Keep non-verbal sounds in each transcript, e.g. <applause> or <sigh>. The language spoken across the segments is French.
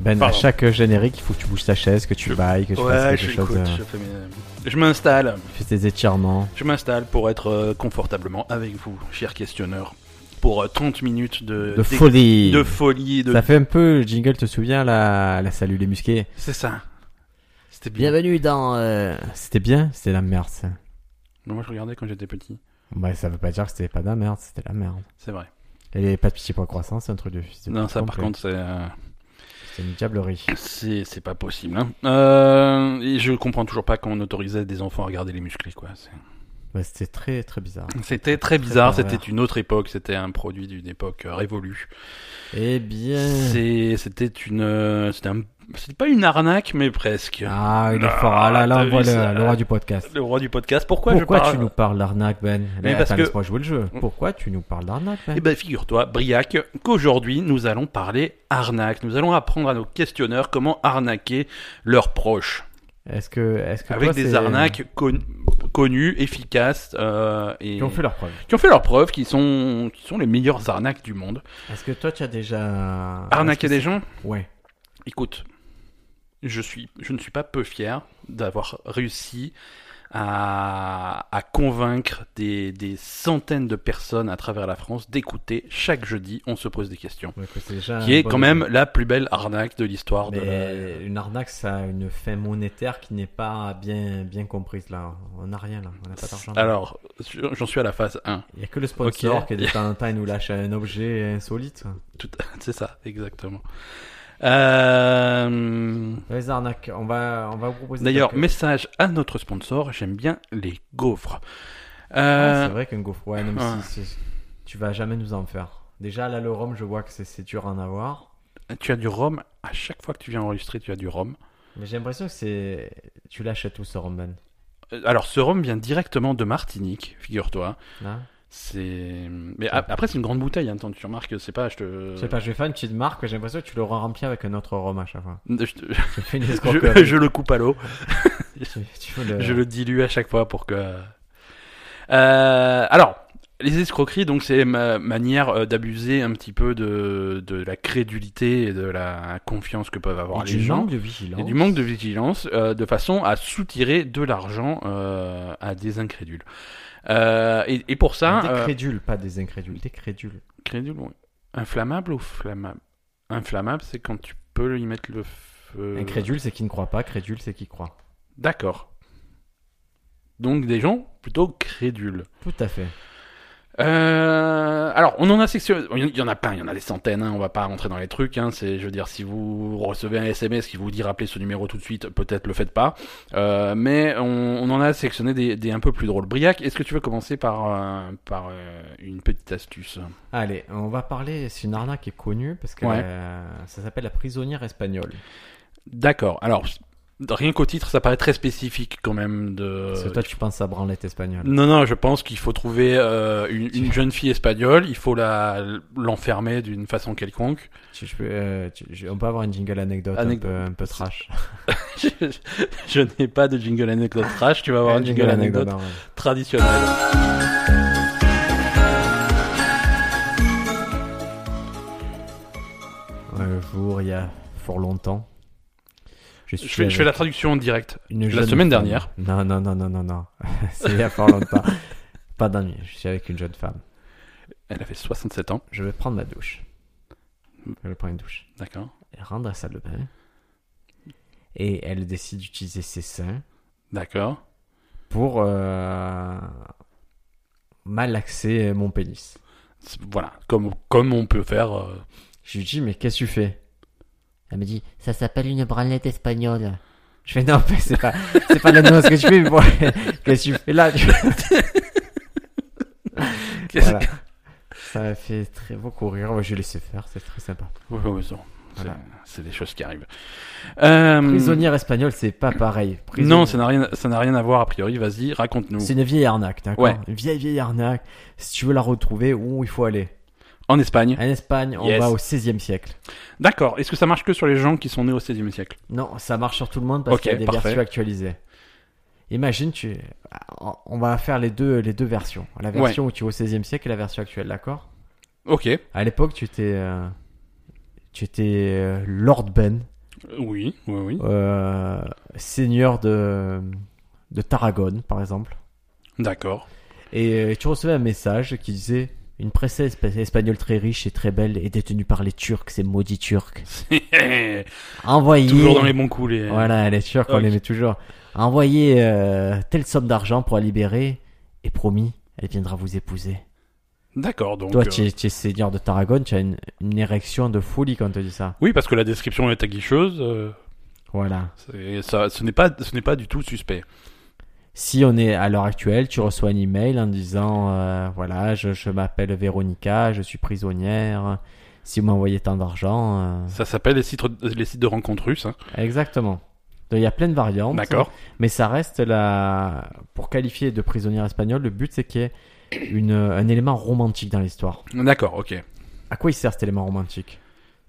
Ben, à Pardon. chaque euh, générique, il faut que tu bouges ta chaise, que tu bailles, que tu fasses Ouais, je quelque suis chose. écoute, euh, je fais mes- je m'installe. fais tes étirements. Je m'installe pour être euh, confortablement avec vous, cher questionneur, pour euh, 30 minutes de, De d'é- folie. de folie, de- Ça fait un peu jingle, te souviens, la, la salut les musqués <laughs> C'est ça. C'était bien. Bienvenue dans. euh, C'était bien, c'était la merde. ça. Mais Moi, je regardais quand j'étais petit. Ouais, ça veut pas dire que c'était pas de la merde, c'était la merde. C'est vrai. Et les pas de pitié pour la croissance, c'est un truc de fils de Non, pute ça, par complet. contre, c'est, euh, C'est une diablerie. c'est, c'est pas possible. hein. Euh, et je comprends toujours pas quand on autorisait des enfants à regarder les musclés, quoi. C'est- Ouais, c'était très très bizarre. C'était très bizarre. pervers. C'était une autre époque. C'était un produit d'une époque euh, révolue. Eh bien. C'est- C'était une, euh, c'était un- c'était pas une arnaque, mais presque. Ah, il est Ah, fort. Ah là, là, t'as on vu voit ça le, le roi du podcast. Le roi du podcast. Pourquoi, Pourquoi je parle tu nous parles d'arnaque, Ben Mais Mais parce attends, que- laisse-moi jouer le jeu. Pourquoi tu nous parles d'arnaque, Ben Eh ben, figure-toi, Briac, qu'aujourd'hui, nous allons parler arnaque. Nous allons apprendre à nos questionneurs comment arnaquer leurs proches. Est-ce que, est-ce que avec toi, des c'est- arnaques con- connues, efficaces, euh, et... qui ont fait leur preuve qui ont fait leur preuve, qui sont, qui sont les meilleures arnaques du monde. Est-ce que toi, tu as déjà Arnaquer des gens gens Ouais. Écoute, je, suis, je ne suis pas peu fier d'avoir réussi à, à convaincre des, des centaines de personnes à travers la France d'écouter chaque jeudi On se pose des questions. Ouais, que c'est déjà Qui un est bon- quand même la plus belle arnaque de l'histoire de la... Ah, Mais une arnaque, ça a une fin monétaire qui n'est pas bien, bien comprise là. On n'a rien là, on n'a pas d'argent. Alors, j'en suis à la phase 1. Il n'y a que le sponsor Ok. qui de temps en temps il nous lâche un objet insolite. Tout- <laughs> C'est ça, exactement. Euh, Les arnaques, on va, on va vous proposer. D'ailleurs, quelques- message à notre sponsor, j'aime bien les gaufres. Ah, Euh, c'est vrai qu'un gaufre. Ouais, non, mais ouais. si- si- tu vas jamais nous en faire. Déjà, là, le rhum, je vois que c'est- c'est dur à en avoir. tu as du rhum, à chaque fois que tu viens enregistrer, tu as du rhum. Mais j'ai l'impression que c'est. Tu l'achètes où ce rhum, Ben Euh, Alors, ce rhum vient directement de Martinique, figure-toi. Là C'est. Mais a- après, c'est une grande bouteille, hein, attends, tu remarques, que c'est pas. Je te. Je sais pas, je vais faire une petite marque, j'ai l'impression que tu l'auras rempli avec un autre rhum à chaque <laughs> fois. Je, te- Je fais une je- escroquerie. je le coupe à l'eau, Tu- tu veux le- je le dilue à chaque fois pour que. Euh, alors, les escroqueries, donc, c'est ma manière euh, d'abuser un petit peu de, de la crédulité et de la confiance que peuvent avoir Et les du gens. manque de vigilance. Et du manque de vigilance, euh, de façon à soutirer de l'argent euh, à des incrédules. Euh, et, et pour ça, Des euh, crédules, pas des incrédules, des crédules. crédule, oui. inflammable ou flammable Inflammable, c'est quand tu peux y mettre le feu. Incrédule, c'est qui ne croit pas, crédule, c'est qui croit. D'accord. Donc des gens plutôt crédules. Tout à fait. Euh, alors, on en a section... Il y en a plein, il y en a des centaines, hein, on va pas rentrer dans les trucs. Hein, c'est, je veux dire, si vous recevez un SMS qui vous dit rappelez ce numéro tout de suite, peut-être le faites pas. Euh, mais on, on en a sectionné des, des un peu plus drôles. Briac, est-ce que tu veux commencer par, euh, par euh, une petite astuce Allez, on va parler, c'est une arnaque qui est connue parce que Ouais. Euh, euh, ça s'appelle la prisonnière espagnole. D'accord, alors, rien qu'au titre, ça paraît très spécifique quand même de... Parce que toi, tu penses à branlette espagnole. Non, non, je pense qu'il faut trouver euh, une, une jeune fille espagnole, il faut la, l'enfermer d'une façon quelconque. Tu- je peux, euh, tu- je- on peut avoir une jingle anecdote, un Anecdote. peu- un, peu, trash. <laughs> je, je n'ai pas de jingle anecdote trash, tu vas avoir Ouais, <laughs> une Eh, jingle anecdote non, ouais. traditionnelle. Un jour, il y a fort longtemps, je Je suis fais, je fais avec la traduction en direct. une la jeune femme. semaine dernière. Non, non, non, non, non, non. <laughs> c'est il y a fort longtemps. Pas d'ennui, je suis avec une jeune femme. Elle avait 67 ans, Je vais prendre ma douche. Je vais prendre une douche. d'accord Elle rentre dans la salle de bain. Et elle décide d'utiliser ses seins D'accord. pour euh, malaxer mon pénis. C'est- Voilà, comme, comme on peut faire. euh, Je lui dis, mais qu'est-ce que tu fais Elle me dit, ça s'appelle une branlette espagnole. Je fais, non, mais c'est pas, c'est pas la nuance que tu fais, <laughs> mais bon, qu'est-ce que tu fais là tu vois qu'est-ce Voilà. Ça m'a fait très beaucoup rire. Moi, je l'ai laissé faire, c'est très sympa. que- Ouais, ouais, ouais, bon, c'est- Voilà. C'est des choses qui arrivent. Euh, Prisonnière espagnole, c'est pas pareil. Non, Prisonnière- ça n'a rien, ça n'a rien à voir a priori. Vas-y, raconte-nous. c'est une vieille arnaque, d'accord Ouais. Une vieille, vieille arnaque. Si tu veux la retrouver, où il faut aller En Espagne. En Espagne, on Yes. va au 16e siècle. D'accord. Est-ce que ça marche que sur les gens qui sont nés au 16e siècle Non, ça marche sur tout le monde parce Ok, qu'il y a des parfait. vertus actualisées. Imagine, tu... on va faire les deux, les deux versions. La Ouais. version où tu es au 16e siècle et la version actuelle, d'accord Ok. À l'époque, tu étais, euh, tu étais euh, Lord Ben Oui, oui, oui. euh, seigneur de, de Tarragone, par exemple. <laughs> D'accord. Et euh, tu recevais un message qui disait Une princesse espa- espagnole très riche et très belle est détenue par les Turcs, ces maudits Turcs. <laughs> Toujours Envoyez. dans les bons coups, <laughs> les. Voilà, les Turcs, on Ok. les met toujours. Envoyez euh, telle somme d'argent pour la libérer, et promis, elle viendra vous épouser. D'accord, donc. Toi, euh, tu es, tu es seigneur de Tarragone, tu as une, une érection de folie quand on te dit ça. Oui, parce que la description est aguicheuse. euh, Voilà. c'est- ça, ce n'est pas, ce n'est pas du tout suspect. Si on est à l'heure actuelle, tu reçois un email en disant euh, Voilà, je, je m'appelle Véronica, je suis prisonnière. Si vous m'envoyez tant d'argent. euh, Ça s'appelle les sites, les sites de rencontres russes. hein. Exactement. Donc, il y a plein de variantes. D'accord. Mais ça reste la. Pour qualifier de prisonnière espagnole, le but c'est qu'il y ait une, un élément romantique dans l'histoire. D'accord, ok. À quoi il sert cet élément romantique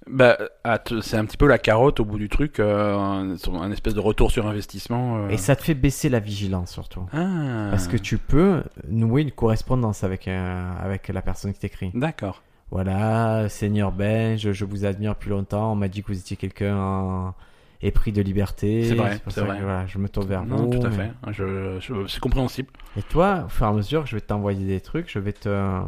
Bah, ah, t- c'est un petit peu la carotte au bout du truc, euh, un, son- un espèce de retour sur investissement. euh. Et ça te fait baisser la vigilance surtout. Ah. Parce que tu peux nouer une correspondance avec, euh, avec la personne qui t'écrit. D'accord. Voilà, Seigneur Ben, je, je vous admire depuis longtemps. On m'a dit que vous étiez quelqu'un en- épris de liberté. C'est vrai, pour c'est ça vrai. que, voilà, je me tourne vers Non, vous. tout à mais- fait. Je- je- c'est compréhensible. Et toi, au fur et à mesure, je vais t'envoyer des trucs, je vais te.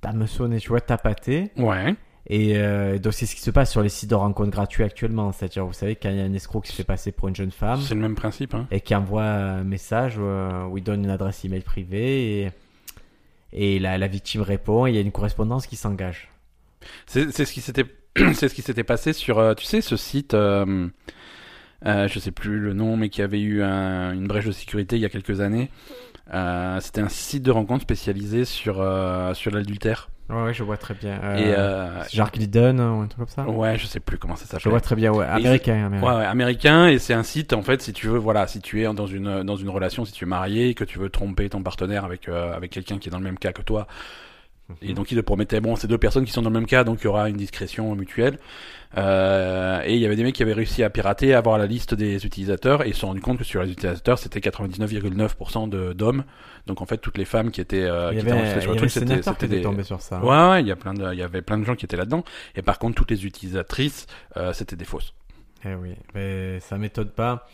T'as me sonner, tu vois, tapater. Ouais. Et euh, donc, c'est ce qui se passe sur les sites de rencontres gratuits actuellement. C'est-à-dire, vous savez, quand il y a un escroc qui se fait passer pour une jeune femme C'est le même principe. Hein. et qui envoie un message euh, où il donne une adresse email privée et, et la, la victime répond et il y a une correspondance qui s'engage. C'est c'est ce qui s'était <clears throat> c'est ce qui s'était passé sur euh, tu sais ce site euh, euh, je sais plus le nom mais qui avait eu un- une brèche de sécurité il y a quelques années. Euh, C'était un site de rencontre spécialisé sur euh, sur l'adultère. Ouais, ouais, je vois très bien. Et Euh, euh, c'est Jark Lydon euh, ou un truc comme ça ouais, je sais plus comment ça Je s'appelle. vois très bien, ouais. ils- Américain, Ouais, américain. ouais, américain et c'est un site en fait si tu veux voilà si tu es dans une dans une relation si tu es marié et que tu veux tromper ton partenaire avec euh, avec quelqu'un qui est dans le même cas que toi et donc il te promettait bon c'est deux personnes qui sont dans le même cas donc il y aura une discrétion mutuelle Euh, et il y avait des mecs qui avaient réussi à pirater à avoir la liste des utilisateurs et ils se sont rendus compte que sur les utilisateurs c'était 99,9% de d'hommes donc en fait toutes les femmes qui étaient euh, il y avait, qui étaient il enregistrées y sur le avait truc un c'était sénateur qui c'était était des tombé sur ça. hein. ouais ouais, il y a plein de il y avait plein de gens qui étaient là-dedans et par contre toutes les utilisatrices euh, c'était des fausses Eh oui, mais ça m'étonne pas.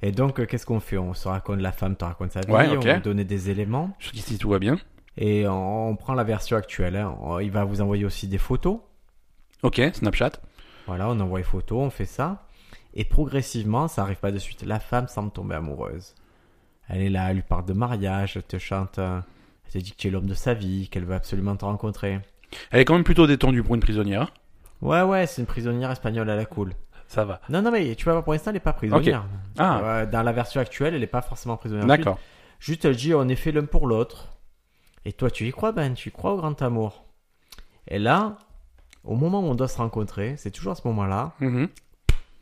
Et donc, euh, qu'est-ce qu'on fait On se raconte la femme, te raconte sa vie, Ouais, ok. on lui donne des éléments, jusqu'ici tout va bien et on, on prend la version actuelle. hein. On- Il va vous envoyer aussi des photos. Ok, Snapchat. Voilà, on envoie les photos, on fait ça. Et progressivement, ça arrive pas de suite. La femme semble tomber amoureuse. Elle est là, elle lui parle de mariage, elle te chante, euh, elle te dit que tu es l'homme de sa vie, qu'elle veut absolument te rencontrer. Elle est quand même plutôt détendue pour une prisonnière. Ouais, ouais, c'est une prisonnière espagnole à la cool. Ça va. Non, non, mais tu vas voir, pour l'instant, elle n'est pas prisonnière. Ah, Ouais, dans la version actuelle, elle n'est pas forcément prisonnière. d'accord. Juste, elle dit on est fait l'un pour l'autre. Et toi, tu y crois, Ben, tu y crois au grand amour. Et là, au moment où on doit se rencontrer, c'est toujours à ce moment-là, Mhm.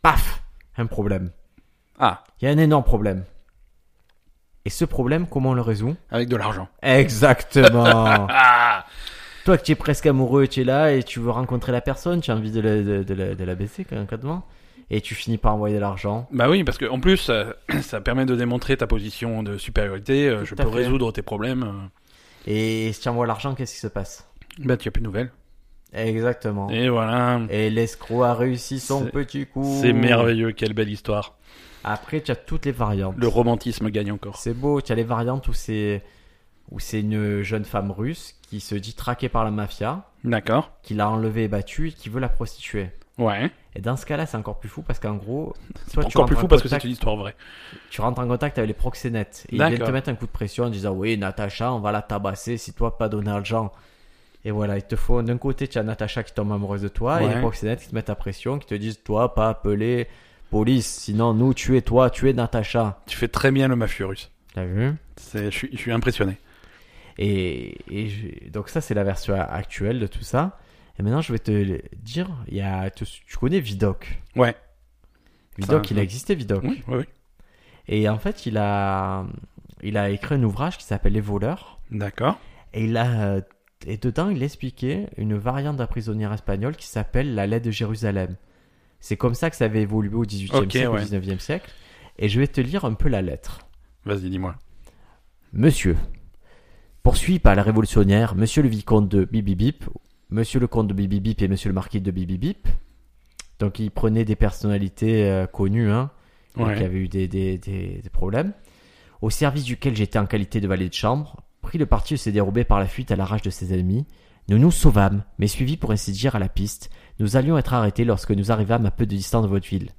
paf Un problème. Ah, Il y a un énorme problème. Et ce problème, comment on le résout avec de l'argent. Exactement <laughs> Ah Toi que tu es presque amoureux, tu es là et tu veux rencontrer la personne, tu as envie de la, de, de la, de la baiser concrètement, et tu finis par envoyer de l'argent. Bah oui, parce que en plus, euh, ça <clears throat> permet de démontrer ta position de supériorité. euh, Tout Je à peux fait. résoudre tes problèmes. euh. Et si tu envoies l'argent, qu'est-ce qui se passe Bah, tu as plus de nouvelles. Exactement. Et voilà. Et l'escroc a réussi son C'est- petit coup. C'est merveilleux, quelle belle histoire. Après, tu as toutes les variantes. Le romantisme gagne encore. C'est beau, tu as les variantes où c'est où c'est une jeune femme russe qui se dit traquée par la mafia, D'accord. qui l'a enlevée et battue et qui veut la prostituer. Ouais. Et dans ce cas-là, c'est encore plus fou parce qu'en gros, C'est toi, tu encore plus rentres en fou parce que c'est contact- une histoire vraie. tu rentres en contact avec les proxénètes. Et ils D'accord. viennent te mettre un coup de pression en disant Oui, Natacha, on va la tabasser si toi, pas donner l'argent. Et voilà, il te faut d'un côté, tu as Natacha qui tombe amoureuse de toi et Ouais. les proxénètes qui te mettent la pression, qui te disent Toi, pas appeler police, sinon nous, tuer toi, tuer Natacha. Tu fais très bien le mafieux russe. T'as vu C'est- Je suis, je suis impressionné. Et, et j'ai- donc, ça, c'est la version actuelle de tout ça. Et maintenant, je vais te dire il y a, tu, tu connais Vidoc Ouais. Vidoc, Ça, il a existé, Vidoc. Oui, oui, oui. Et en fait, il a, il a écrit un ouvrage qui s'appelle Les voleurs. D'accord. Et il a, euh, et dedans, il expliquait une variante d'un prisonnière espagnol qui s'appelle la lettre de Jérusalem. C'est comme ça que ça avait évolué au 18e Ok, siècle, ouais. au 19e siècle. Et je vais te lire un peu la lettre. Vas-y, dis-moi. Monsieur, poursuivi par la révolutionnaire, monsieur le vicomte de Bibibip, monsieur le comte de Bibibip et monsieur le marquis de Bibibip, Donc il prenait des personnalités euh, connues hein, et Ouais. qui avaient eu des, des- des- des problèmes, au service duquel j'étais en qualité de valet de chambre, pris le parti de se dérober par la fuite à la rage de ses ennemis. Nous nous sauvâmes, mais suivis pour ainsi dire à la piste, nous allions être arrêtés lorsque nous arrivâmes à peu de distance de votre ville.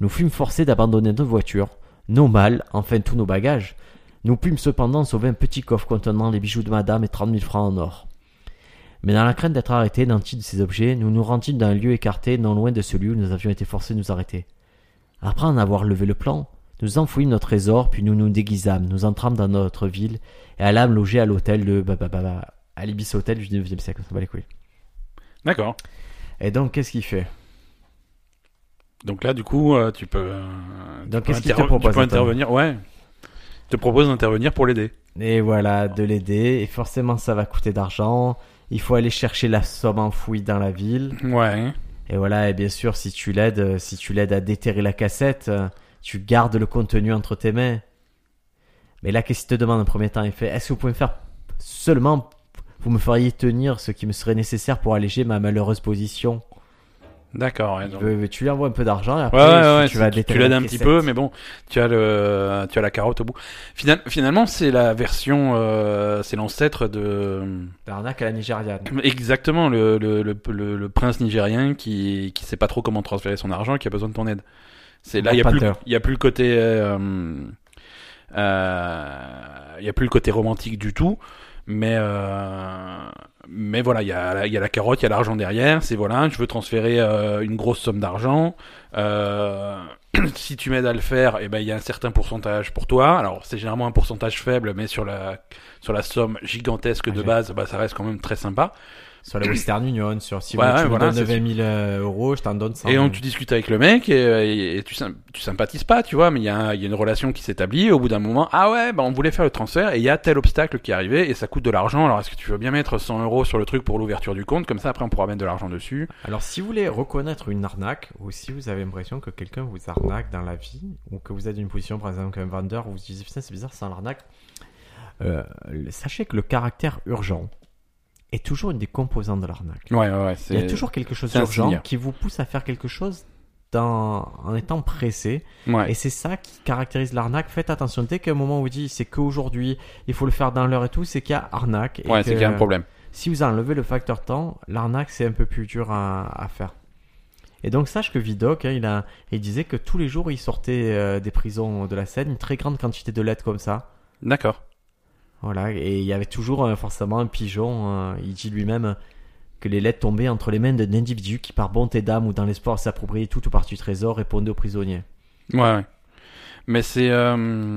Nous fûmes forcés d'abandonner nos voitures, nos malles, enfin tous nos bagages. Nous pûmes cependant sauver un petit coffre contenant les bijoux de madame et trente mille francs en or. Mais dans la crainte d'être arrêtés d'un titre de ces objets, nous nous rendîmes dans un lieu écarté, non loin de celui où nous avions été forcés de nous arrêter. Après en avoir levé le plan, nous enfouîmes notre trésor, puis nous nous déguisâmes, nous entrâmes dans notre ville et allâmes loger à l'hôtel de bah, bah, bah, bah, à l'Ibis Hôtel du 19e siècle. On s'en bat les couilles. D'accord. Et donc, qu'est-ce qu'il fait Donc là, du coup, euh, tu peux. euh, Donc, tu peux qu'est-ce qu'il te interve- propose, Tu peux Antoine intervenir, ouais. Il te propose d'intervenir pour l'aider. Et voilà, de l'aider, et forcément, ça va coûter d'argent. Il faut aller chercher la somme enfouie dans la ville. Ouais. Et voilà, et bien sûr, si tu l'aides, euh, si tu l'aides à déterrer la cassette, euh, tu gardes le contenu entre tes mains. Mais là, qu'est-ce qu'il te demande en premier temps Il fait Est-ce que vous pouvez me faire seulement. Vous me feriez tenir ce qui me serait nécessaire pour alléger ma malheureuse position D'accord. ouais, Il donc- veut- Tu lui envoies un peu d'argent et Ouais, après ouais, ouais, tu vas tu, tu déterrer l'aides la un petit cassette. peu, mais bon, tu as le, tu as la carotte au bout. Final- finalement, c'est la version, euh, c'est l'ancêtre de, L'arnaque à la Nigériane. exactement le, le, le, le- le prince nigérien qui, qui sait pas trop comment transférer son argent, qui a besoin de ton aide. C'est là, il y a plus, Panther. il y a plus le côté, euh, euh, il y a plus le côté romantique du tout, mais euh, mais voilà, il y a, la- il y a la carotte, il y a l'argent derrière. C'est voilà, je veux transférer euh, une grosse somme d'argent. Euh, <clears throat> si tu m'aides à le faire, eh ben il y a un certain pourcentage pour toi. Alors c'est généralement un pourcentage faible, mais sur la sur la somme gigantesque de Ok. base, bah ça reste quand même très sympa. Sur la Western Union, sur si Ouais, moi, ouais, tu voilà, me donnes c'est- 20 000 euh, euros, je t'en donne 100 Et 000. donc tu discutes avec le mec et, euh, et- et tu, sym- tu sympathises pas, tu vois, mais il y a, un- il y a une relation qui s'établit. et Au bout d'un moment, ah ouais, bah on voulait faire le transfert et il y a tel obstacle qui est arrivé et ça coûte de l'argent. Alors est-ce que tu veux bien mettre 100 euros sur le truc pour l'ouverture du compte Comme ça après on pourra mettre de l'argent dessus. Alors, si vous voulez reconnaître une arnaque, ou si vous avez l'impression que quelqu'un vous arnaque dans la vie, ou que vous êtes dans une position, par exemple, qu'un vendeur, où vous vous dites, putain, c'est bizarre, c'est un arnaque, euh, le- sachez que le caractère urgent est toujours une des composantes de l'arnaque. Ouais, ouais, ouais. Il y a toujours quelque chose c'est un d'urgent signe. qui vous pousse à faire quelque chose dans- en étant pressé. Ouais. Et c'est ça qui caractérise l'arnaque. Faites attention, dès qu'à un moment où vous dit c'est qu'aujourd'hui, il faut le faire dans l'heure et tout, c'est qu'il y a arnaque. et Ouais, c'est que- qu'il y a un problème. si vous enlevez le facteur temps, l'arnaque c'est un peu plus dur à, à faire. Et donc sache que Vidocq, hein, il, a, il disait que tous les jours il sortait euh, des prisons de la Seine une très grande quantité de lettres comme ça. D'accord. Voilà, et il y avait toujours euh, forcément un pigeon. euh, il dit lui-même que les lettres tombaient entre les mains d'un individu qui, par bonté d'âme ou dans l'espoir de s'approprier tout ou partie du trésor, répondait aux prisonniers. Ouais, ouais. Mais c'est. euh,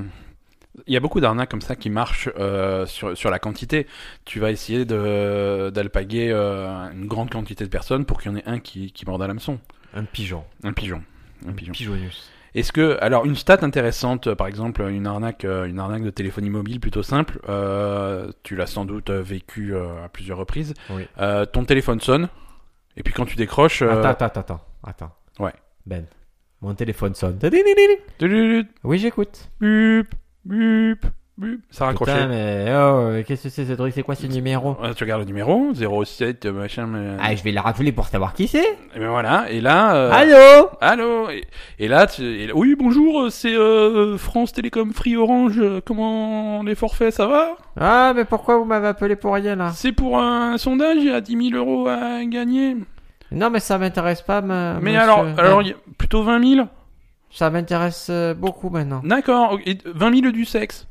Il y a beaucoup d'arnaques comme ça qui marchent euh, sur, sur la quantité. Tu vas essayer de- d'alpaguer euh, une grande quantité de personnes pour qu'il y en ait un qui, qui morde à l'hameçon. Un pigeon. Un pigeon. Un pigeon. Pigeonus. Est-ce que alors une stat intéressante, euh, par exemple une arnaque, euh, une arnaque de téléphonie mobile plutôt simple, euh, tu l'as sans doute euh, vécu euh, à plusieurs reprises. Oui. Euh, ton téléphone sonne et puis quand tu décroches, euh, Attends, attends, attends, attends. Ouais. Ben, mon téléphone sonne. dududut, Oui, j'écoute. bup, bup, bup, ça raccroche. Putain, mais oh, mais qu'est-ce que c'est ce truc C'est quoi ce numéro Ouais, tu regardes le numéro 07 euh, machin. mais- Ah, je vais la rappeler pour savoir qui c'est. Et ben voilà. Et là. euh, Allô Allô et, et là, tu- et là- oui bonjour, euh, c'est euh, France Télécom Free Orange. euh, Comment les forfaits, ça va Ah, mais pourquoi vous m'avez appelé pour rien là C'est pour un sondage, il y a 10 000 euros à gagner. Non, mais ça m'intéresse pas, ma- Mais Ah, monsieur. alors, alors il y a plutôt 20 000 Ça m'intéresse euh, beaucoup maintenant. D'accord, ok, et 20 000 du sexe.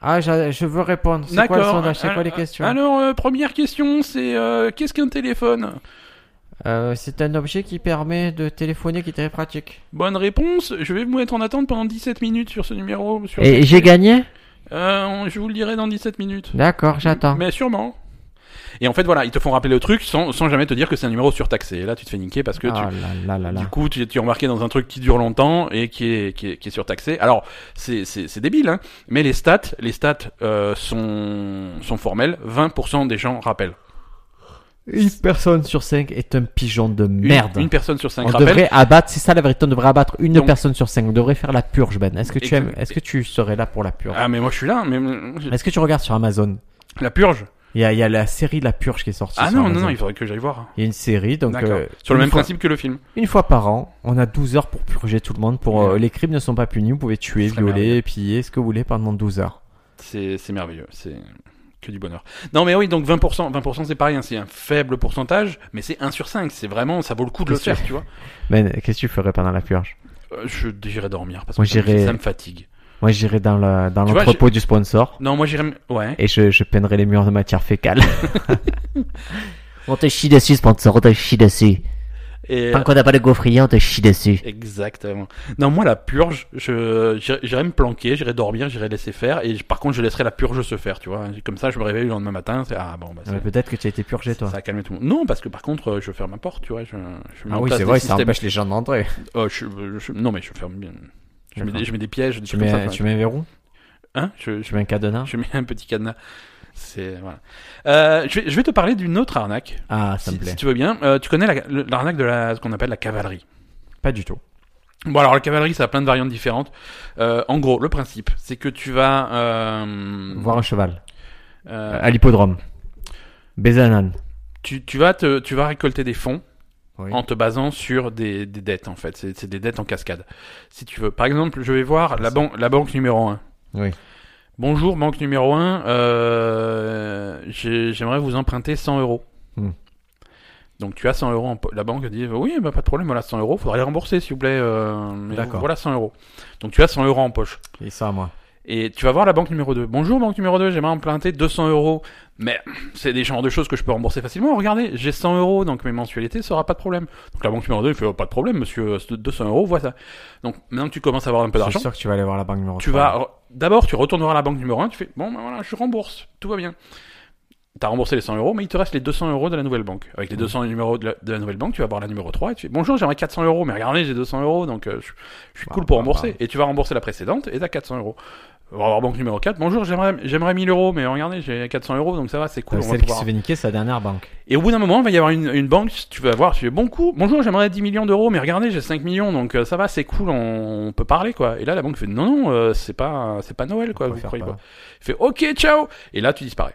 Ah, j'a- je veux répondre. C'est quoi le D'accord, sondage C'est alors- quoi les questions Alors, euh, première question, c'est euh, qu'est-ce qu'un téléphone Euh, C'est un objet qui permet de téléphoner qui est très pratique. Bonne réponse, je vais vous mettre en attente pendant 17 minutes sur ce numéro. sur- Et j'ai gagné Euh, on- je vous le dirai dans 17 minutes. D'accord, j'attends. Mais sûrement. Et en fait, voilà, ils te font rappeler le truc sans, sans jamais te dire que c'est un numéro surtaxé. Et là, tu te fais niquer parce que tu, Ah là là là là. Du coup, tu, tu es embarqué dans un truc qui dure longtemps et qui est, qui est, qui est surtaxé. Alors, c'est- c'est c'est débile, hein, mais les stats, les stats euh, sont, sont formelles. 20% des gens rappellent. Une personne sur cinq est un pigeon de Une- merde. Une, personne sur 5 On rappelle. devrait abattre, c'est ça la vérité, on devrait abattre une Donc- personne sur cinq. On devrait faire la purge, Ben. Est-ce que tu Et- aimes, est-ce que tu serais là pour la purge Ah, mais moi Ah, je suis là, mais Est-ce que tu regardes sur Amazon la purge. Il Il y a, il y a la série La Purge qui est sortie. Ah sur non, non, Amazon. non, il faudrait que j'aille voir. Il y a une série, donc. D'accord. euh, Sur le une même fois- principe que le film. Une fois par an, on a 12 heures pour purger tout le monde. Pour euh, Ouais. Les crimes ne sont pas punis, vous pouvez tuer, Ce serait violer, merveilleux. piller, ce que vous voulez pendant 12 heures. C'est c'est merveilleux. C'est que du bonheur. Non, mais oui, donc 20%, 20% c'est pareil, hein, c'est un faible pourcentage, mais c'est 1 sur 5. C'est vraiment, ça vaut le coup de le Qu'est-ce que- faire, tu vois. Mais Ben, qu'est-ce que tu ferais pendant la purge Euh, je j'irai dormir parce que Moi, ça me- j'irai- ça me fatigue. Moi, j'irais dans le- dans Tu vois, l'entrepôt du sponsor Non, moi j'irai. m- Ouais. et je, je peindrais les murs de matière <laughs> fécale. on te chie dessus, sponsor, on te chie dessus. Et... Tant qu'on n'a pas de gaufrier, on te chie dessus. Exactement. Non, moi, la purge, je, j'irai- j'irai me planquer, j'irai dormir, j'irai laisser faire, et je- par contre, je laisserai la purge se faire, tu vois. Comme ça, je me réveille le lendemain matin, c'est, ah bon, bah, c'est- Peut-être que tu as été purgé, toi. ça a calmé tout le monde. Non, parce que par contre, euh, je ferme ma porte, tu vois. Je, je mets Ah en oui, place c'est des vrai, ça systèmes. empêche les gens d'entrer. Euh, je- je- non, mais je ferme bien. Je mets, D'accord. des, je mets des pièges, des Tu trucs mets, comme ça, tu mets un verrou Hein je, je, Tu mets un cadenas je mets un petit cadenas. C'est, voilà. Euh, je, vais, je vais te parler d'une autre arnaque, Ah, ça si, me plaît. si tu veux bien. Euh, tu connais la- le- l'arnaque de la, ce qu'on appelle la cavalerie. Pas du tout. Bon alors la cavalerie ça a plein de variantes différentes. Euh, en gros le principe c'est que tu vas euh, Voir un cheval. euh, À l'hippodrome. Baiser un âne. tu, tu vas te, tu vas récolter des fonds Oui. en te basant sur des, des dettes en fait. C'est c'est des dettes en cascade. Si tu veux. Par exemple je vais voir la, ban- la banque numéro 1. Oui. Bonjour banque numéro 1. Euh, j'ai- J'aimerais vous emprunter 100 euros. Hmm. Donc tu as 100 euros, en po- la banque dit oui bah, pas de problème, voilà 100 euros, faudra les rembourser s'il vous plaît, euh, mais D'accord. voilà 100 euros. Donc tu as 100 euros en poche. Et ça, moi. Et tu vas voir la banque numéro 2. Bonjour banque numéro 2, j'aimerais emprunter 200 euros. Mais c'est des genres de choses que je peux rembourser facilement. Regardez, j'ai 100 euros, donc mes mensualités, ça aura pas de problème. Donc la banque numéro 2, il fait oh, pas de problème, monsieur, euh, 200 euros, vois ça. Donc maintenant que tu commences à avoir un peu Je suis d'argent, sûr que tu vas aller voir la banque numéro tu trois. Euh, vas... D'abord, tu retourneras à la banque numéro 1, tu fais, bon, ben voilà, je rembourse, tout va bien. T'as remboursé les 100 euros, mais il te reste les 200 euros de la nouvelle banque. Avec Mmh. les 200 numéros de la, de la nouvelle banque, tu vas voir la numéro 3 et tu fais, bonjour, j'aimerais 400 euros, mais regardez, j'ai 200 euros, donc euh, je, je suis Bah, cool pour bah, rembourser. bah. Et tu vas rembourser la précédente et t'as 400 euros. On va voir banque numéro 4, bonjour, j'aimerais, j'aimerais 1000 euros, mais regardez, j'ai 400 euros, donc ça va, c'est cool, Euh, on va Celle qui pouvoir... se fait niquer, sa dernière banque. Et au bout d'un moment, il va y avoir une, une banque, tu vas voir, tu fais bon coup, bonjour, j'aimerais 10 millions d'euros, mais regardez, j'ai 5 millions, donc euh, ça va, c'est cool, on, on peut parler, quoi. Et là, la banque fait non, non, euh, c'est pas, c'est pas Noël, quoi, On Ah, vous préfère croyez pas. pas. Il fait ok, ciao Et là, tu disparais.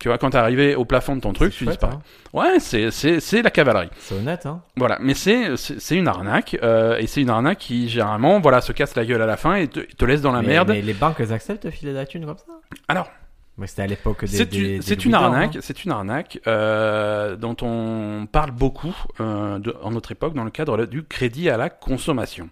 Tu vois, quand t'es arrivé au plafond de ton truc, C'est tu chouette, disparais. hein. Ouais, c'est, c'est, c'est la cavalerie. C'est honnête, hein. Voilà, mais c'est, c'est, c'est une arnaque, euh, et c'est une arnaque qui, généralement, voilà, se casse la gueule à la fin et te, te laisse dans la mais, Ah, merde. mais les banques elles acceptent de filer de la thune comme ça Alors. Mais c'était à l'époque des. C'est des- une, des c'est Louis une d'or, arnaque, hein. c'est une arnaque euh, dont on parle beaucoup euh, de- en notre époque dans le cadre du crédit à la consommation.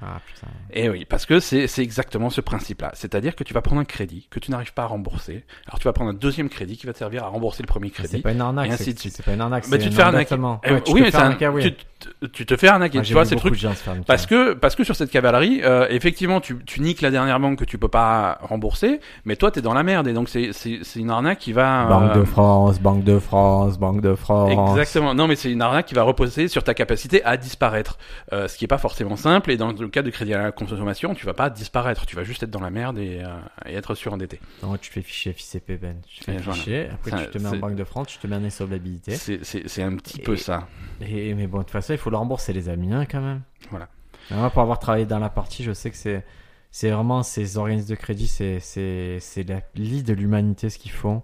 Ah putain. Et oui, parce que c'est c'est exactement ce principe-là. C'est-à-dire que tu vas prendre un crédit que tu n'arrives pas à rembourser. Alors tu vas prendre un deuxième crédit qui va te servir à rembourser le premier Ah, C'est crédit. pas une arnaque, et ainsi c'est de suite. c'est pas une arnaque. Mais c'est tu te un fais arnaquer. endettement. Eh Ouais, tu oui, te mais fais c'est un- arnaquer, oui. tu, tu- tu te fais arnaquer. Moi, tu j'ai vois, vu c'est le beaucoup truc. de gens se faire niquer. hein. Parce que, parce que sur cette cavalerie, euh, effectivement, tu, tu niques la dernière banque que tu peux pas rembourser, mais toi, t'es dans la merde, et donc c'est c'est- c'est une arnaque qui va... Banque de euh, France, Banque de France, Banque de France. Exactement. Non, mais c'est une arnaque qui va reposer sur ta capacité à disparaître, Euh, ce qui est pas forcément simple. Et dans le cas de crédit à la consommation, tu vas pas disparaître, tu vas juste être dans la merde et, euh, et être surendetté. Non, tu te fais fichier, FICP, Ben. Tu te Et fais voilà. fichier, après Ça, tu te mets en c'est- Banque de France, tu te mets en insolvabilité. C'est c'est- c'est un petit Et- peu ça. Et, mais bon, de toute façon, il faut le rembourser, les amis, hein, quand même. Voilà. Et moi, pour avoir travaillé dans la partie, je sais que c'est, c'est vraiment ces organismes de crédit, c'est, c'est, c'est la lie de l'humanité, ce qu'ils font.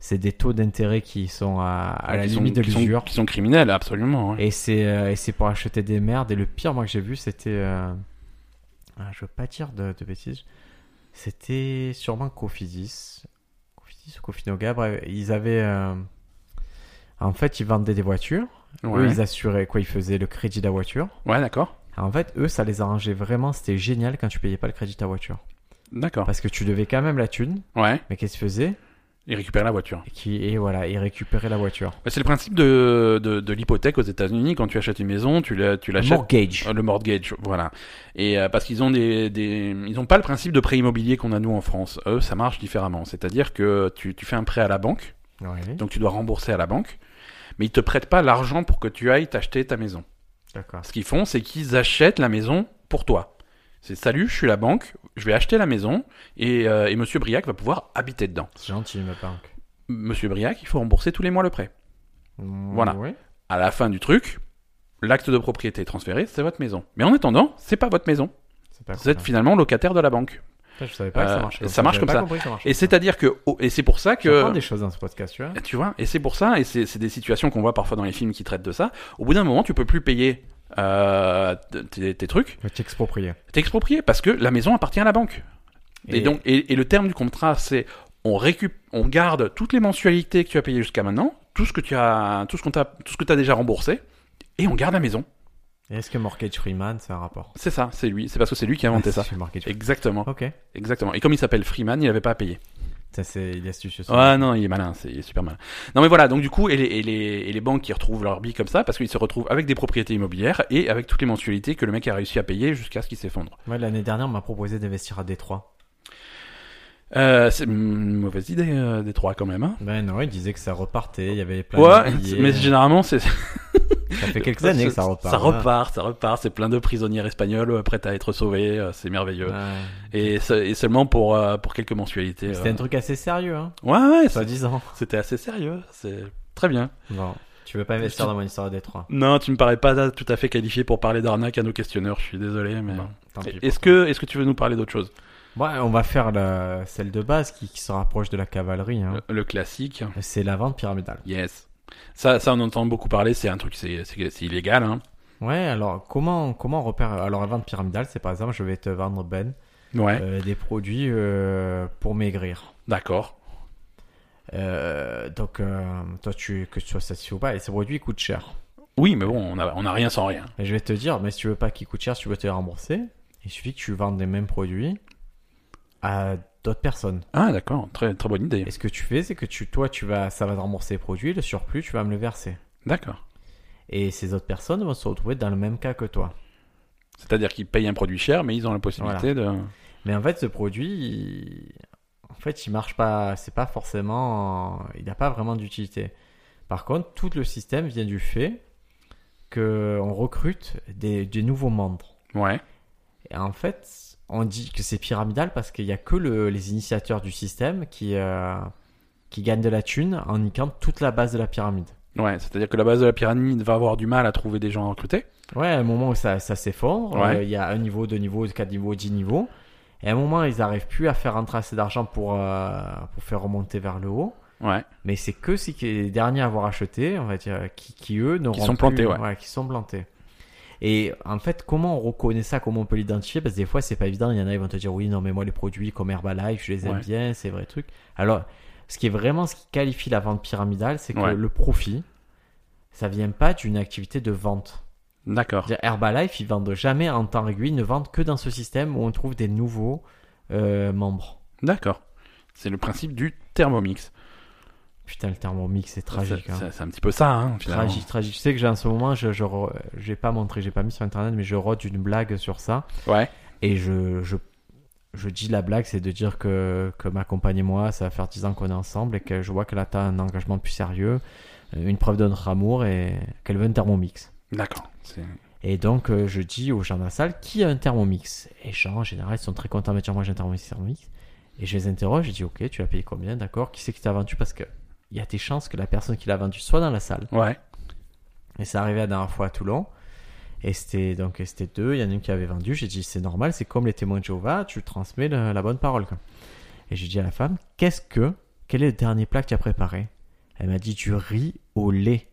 C'est des taux d'intérêt qui sont à, à la Qui sont- limite de qui sont- l'usure. Qui sont criminels, absolument. hein. Et c'est, euh, et c'est pour acheter des merdes. Et le pire, moi, que j'ai vu, c'était. euh, ah, je veux pas dire de, de bêtises. C'était sûrement Cofidis. Cofidis ou Cofinoga. Bref, ils avaient. euh, En fait, ils vendaient des voitures. Ouais, Eux, ils assuraient quoi Ils faisaient le crédit de la voiture. Ouais, d'accord. En fait, eux, ça les arrangeait vraiment. C'était génial quand tu payais pas le crédit de ta voiture. D'accord. Parce que tu devais quand même la thune. Ouais, Mais qu'est-ce qu'ils faisaient ils récupèrent la voiture. et, qui, et voilà, ils récupéraient la voiture. Bah, C'est le principe de, de, de l'hypothèque aux États-Unis. Quand tu achètes une maison, tu la- tu l'achètes. Mortgage. Euh, Le mortgage, voilà. Et euh, parce qu'ils ont des, des- ils ont pas le principe de prêt immobilier qu'on a nous en France. Eux, ça marche différemment. C'est-à-dire que tu, tu fais un prêt à la banque, Ouais, donc tu dois rembourser à la banque, mais ils te prêtent pas l'argent pour que tu ailles t'acheter ta maison. d'accord. Ce qu'ils font, c'est qu'ils achètent la maison pour toi. C'est salut, je suis la banque, je vais acheter la maison et, euh, et Monsieur Briac va pouvoir habiter dedans. C'est gentil, ma banque. Monsieur Briac, il faut rembourser tous les mois le prêt. Mm, Voilà. oui. À la fin du truc, l'acte de propriété est transféré, c'est votre maison. Mais en attendant, c'est pas votre maison. C'est pas Vous êtes cool, hein. finalement locataire de la banque. Putain, Je savais pas que ça Euh, marchait. ça marche J'avais comme pas ça. compris que ça marchait Et comme ça. c'est-à-dire que, oh, et c'est pour ça que, Eh, J'apprends des choses dans ce podcast, tu vois. tu vois, et c'est pour ça, et c'est c'est des situations qu'on voit parfois dans les films qui traitent de ça. Au bout d'un moment, tu peux plus payer euh, tes, tes trucs, Tu vas t'exproprier. t'es exproprié parce que la maison appartient à la banque. Et, donc, et, et le terme du contrat, c'est on récup, on garde toutes les mensualités que tu as payées jusqu'à maintenant, tout ce que tu as, tout ce qu'on t'a, tout ce que t'as déjà remboursé, et on garde la maison. et Est-ce que Mortgage Freeman, c'est un rapport C'est ça, c'est lui, c'est parce que c'est lui qui a inventé Ah, <laughs> ça. c'est Mortgage Freeman. Exactement, Ok. exactement. Et comme il s'appelle Freeman, il n'avait pas à payer. Ça, c'est il est astucieux. ça. Ah non, il est malin, c'est il est super malin. Non mais voilà, donc du coup, et les, et les, et les banques qui retrouvent leur billes comme ça, parce qu'ils se retrouvent avec des propriétés immobilières et avec toutes les mensualités que le mec a réussi à payer jusqu'à ce qu'il s'effondre. Moi, l'année dernière, on m'a proposé d'investir à Détroit. Euh, c'est une mauvaise idée euh, des trois quand même. Hein. Ben non, il disait que ça repartait, il y avait plein Ouais, de billets. mais généralement c'est Ça fait quelques années que ça repart. Ça hein. repart, ça repart. C'est plein de prisonniers espagnols euh, prêts à être sauvés. euh, C'est merveilleux. Ouais. Et, se- et seulement pour, euh, pour quelques mensualités. C'était euh. un truc assez sérieux, hein. Ouais, ouais, c'est- Soi-disant. c'était assez sérieux. C'est très bien. Bon, tu veux pas investir dans mon histoire à Détroit Non, tu me parais pas tout à fait qualifié pour parler d'arnaque à nos questionneurs. Je suis désolé, mais. Bon, tant pis pour Est-ce toi. que, est-ce que tu veux nous parler d'autre chose Ouais, on va faire la- celle de base qui, qui se rapproche de la cavalerie. hein. le, le classique. C'est la vente pyramidale. Yes. Ça, ça, on entend beaucoup parler. C'est un truc, c'est, c'est, c'est illégal. Hein. Ouais, alors comment, comment on repère Alors la vente pyramidale, c'est par exemple, je vais te vendre, Ben, Ouais. euh, des produits euh, pour maigrir. D'accord. Euh, donc, euh, toi, tu, que tu sois satisfait ou pas, et ces produits coûtent cher. Oui, mais bon, on a, on a rien sans rien. Et je vais te dire, mais si tu veux pas qu'ils coûtent cher, si tu veux te les rembourser, il suffit que tu vendes les mêmes produits à d'autres personnes. Ah, d'accord. Très, très bonne idée. Et ce que tu fais, c'est que tu, toi, tu vas, ça va te rembourser les produits, le surplus, tu vas me le verser. D'accord. Et ces autres personnes vont se retrouver dans le même cas que toi. C'est-à-dire qu'ils payent un produit cher, mais ils ont la possibilité de. Mais en fait, ce produit, il- en fait, il marche pas. C'est pas forcément. Il n'a pas vraiment d'utilité. Par contre, tout le système vient du fait que on recrute des, des nouveaux membres. Ouais. Et en fait, on dit que c'est pyramidal parce qu'il n'y a que le- les initiateurs du système qui, euh, qui gagnent de la thune en niquant toute la base de la pyramide. Ouais, c'est-à-dire que la base de la pyramide va avoir du mal à trouver des gens à recruter. Ouais, à un moment où ça, ça s'effondre, Ouais. euh, il y a un niveau, deux niveaux, quatre niveaux, dix niveaux. Et à un moment, ils n'arrivent plus à faire rentrer assez d'argent pour, euh, pour faire remonter vers le haut. Ouais. Mais c'est que c'est que les derniers à avoir acheté, on va dire, qui, qui eux n'auront sont plus- plantés, ouais. qui sont plantés. Et en fait, comment on reconnaît ça, comment on peut l'identifier Parce que des fois, c'est pas évident. Il y en a, ils vont te dire oui, non, mais moi, les produits comme Herbalife, je les aime Ouais. bien, c'est vrai truc. Alors, ce qui est vraiment ce qui qualifie la vente pyramidale, c'est que Ouais. le profit, ça vient pas d'une activité de vente. D'accord. C'est-à-dire, Herbalife, ils vendent jamais en temps régulier, ils ne vendent que dans ce système où on trouve des nouveaux euh, membres. D'accord. C'est le principe du thermomix. Putain, le thermomix, c'est tragique. C'est- hein. C'est c'est un petit peu ça, hein, finalement. Tragique, tragique. Tu sais que j'ai en ce moment, je, je re- j'ai pas montré, j'ai pas mis sur internet, mais je rote une blague sur ça. Ouais. Et je, je, je dis la blague, c'est de dire que, que ma compagne et moi, ça va faire 10 ans qu'on est ensemble et que je vois qu'elle a un engagement plus sérieux, une preuve de notre amour et qu'elle veut un thermomix. D'accord. C'est- Et donc, euh, je dis aux gens de la salle qui a un thermomix. Et les gens, en général, ils sont très contents de me dire Moi, j'ai un thermomix, thermomix. Et je les interroge, je dis Ok, tu as payé combien D'accord. Qui c'est qui t'a vendu Parce que il y a des chances que la personne qui l'a vendu soit dans la salle. Ouais. Et ça arrivait la dernière fois à Toulon. Et c'était donc et c'était deux. Il y en a une qui avait vendu. J'ai dit C'est normal, c'est comme les témoins de Jéhovah, tu transmets le- la bonne parole. quoi. Et j'ai dit à la femme Qu'est-ce que. Quel est le dernier plat que tu as préparé Elle m'a dit Du riz au lait.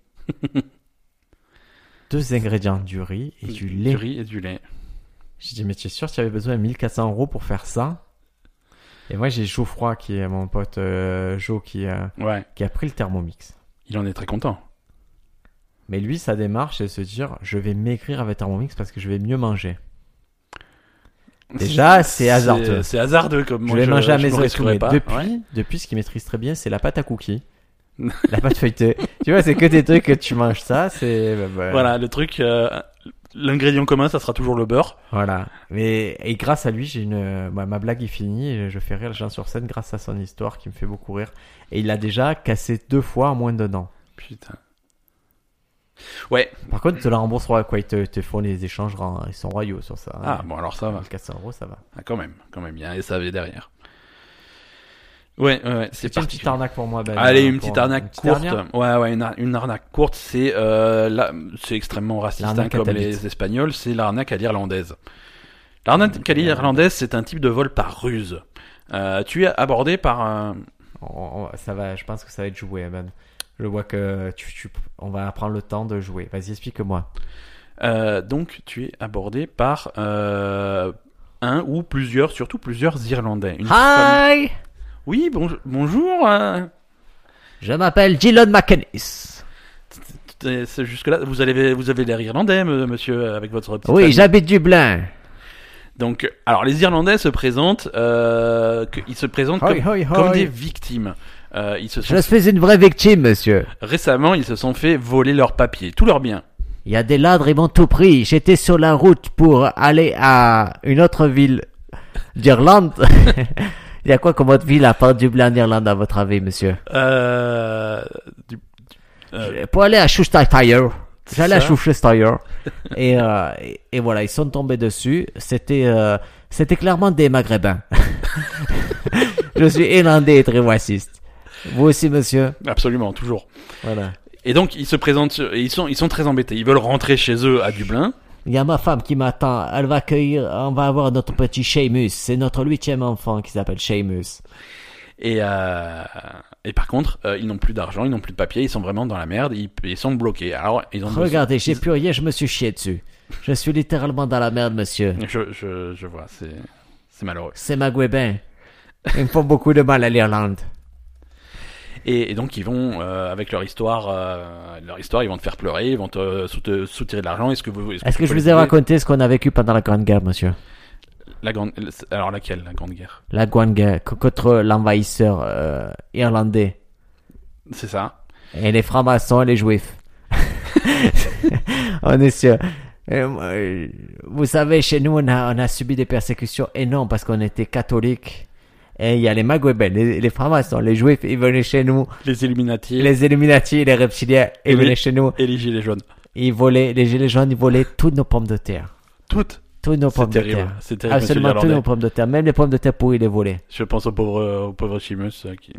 Deux ingrédients, du riz et du lait. Du riz et du lait. J'ai dit, mais tu es sûr que tu avais besoin de 1400 euros pour faire ça Et moi, j'ai Geoffroy, qui est mon pote euh, Joe, qui, euh, Ouais. qui a pris le Thermomix. Il en est très content. Mais lui, sa démarche, c'est de se dire, je vais maigrir avec Thermomix parce que je vais mieux manger. <laughs> Déjà, c'est hasardeux. C'est hasardeux comme je moi. vais manger à je me mes oreilles tous risquerais les- pas. Depuis, Ouais. depuis, ce qu'il maîtrise très bien, c'est la pâte à cookies. la pâte feuilletée. Tu vois, c'est que des trucs que tu manges ça, c'est... bah, bah, Voilà, le truc, euh, l'ingrédient commun, ça sera toujours le beurre. Voilà. Mais et grâce à lui, j'ai une euh, ma, ma blague est finie et je fais rire les gens sur scène grâce à son histoire qui me fait beaucoup rire. Et il a déjà cassé deux fois en moins d'un an. Putain. Par contre, ils te la rembourseront quoi Ils te, te font les échanges, ren- ils sont royaux sur ça. Ah, bon, alors ça va. 400 euros, ça va. Ah, quand même, quand même, il y a un SAV derrière. Ouais, ouais, ouais, c'est C'est une petite particulier. arnaque pour moi, Ben. Allez, Euh, une pour- petite arnaque une petite courte. dernière Ouais, ouais, une, ar- une arnaque courte, c'est euh, là, c'est extrêmement raciste, hein, L'arnaque à comme ta bite. les Espagnols, c'est l'arnaque à l'irlandaise. La Mmh, arnaque irlandaise, c'est un type de vol par ruse. Euh, tu es abordé par un... On- on- Oh, ça va, je pense que ça va être joué, Evan. Je vois que tu, tu- on va prendre le temps de jouer. Vas-y, explique-moi. euh, donc, tu es abordé par euh, un ou plusieurs, surtout plusieurs Irlandais. Une Ah femme- Hi Oui, bonj- bonjour. euh, Je m'appelle Gillon McInnes. c'est- c'est Jusque-là, vous avez, vous avez l'air irlandais, me- monsieur, avec votre petite Oui, famille. j'habite Dublin. Donc, alors, les Irlandais se présentent, euh, que- ils se présentent comme, hoi, comme des victimes. Euh, ils se sont- Je suis une vraie victime, monsieur. récemment, ils se sont fait voler leurs papiers, tous leurs biens. Il y a des ladres, ils m'ont tout pris. J'étais sur la route pour aller à une autre ville d'Irlande. <laughs> Il y a quoi comme autre ville à part Dublin en Irlande, à votre avis, monsieur Euh, du- du- euh, Pour aller à Schustertire. J'allais à ça. Schustertire. et, euh, et, et voilà, ils sont tombés dessus. C'était euh, c'était clairement des Maghrébins. <laughs> Je suis irlandais et très raciste. Vous aussi, monsieur Absolument, toujours. Voilà. Et donc, ils se présentent, sur- et ils sont, ils sont très embêtés. Ils veulent rentrer chez eux à Dublin. Il y a ma femme qui m'attend. Elle va accueillir. On va avoir notre petit Seamus. C'est notre huitième enfant qui s'appelle Seamus. Et, euh, et par contre, euh, ils n'ont plus d'argent, ils n'ont plus de papier, ils sont vraiment dans la merde, ils, ils sont bloqués. Alors, ils ont besoin- Regardez, j'ai ils- plus rien. Je me suis chié dessus. Je suis littéralement dans la merde, monsieur. Je, je, je vois, c'est, c'est malheureux. C'est maghrébin. Ils me font beaucoup de mal à l'Irlande. Et, et donc, ils vont, euh, avec leur histoire, euh, leur histoire, ils vont te faire pleurer, ils vont te sout- soutirer de l'argent. Est-ce que vous, Est-ce que tu je peux vous les ai aider raconté ce qu'on a vécu pendant la Grande Guerre, monsieur La grande, alors laquelle, la Grande Guerre? La Grande Guerre co- contre l'envahisseur euh, irlandais C'est <laughs> ça. et les francs-maçons et les juifs. <laughs> on est sûr. Et moi, euh, vous savez, chez nous, on a, on a subi des persécutions énormes parce qu'on était catholiques. Et il y a les maghrébins, les, les francs-maçons, les juifs, ils venaient chez nous. Les Illuminati. Les Illuminati, les reptiliens, ils Et les- venaient chez nous. Et les Gilets jaunes. Ils volaient, les gilets jaunes, ils volaient toutes nos pommes de terre. Toutes. Toutes nos C'est pommes de terrible. terre. C'est terrible, monsieur Absolument toutes l'Irlandais. nos pommes de terre. Même les pommes de terre pourries, ils les volaient. Je pense au pauvre, au pauvre Seamus euh, qui.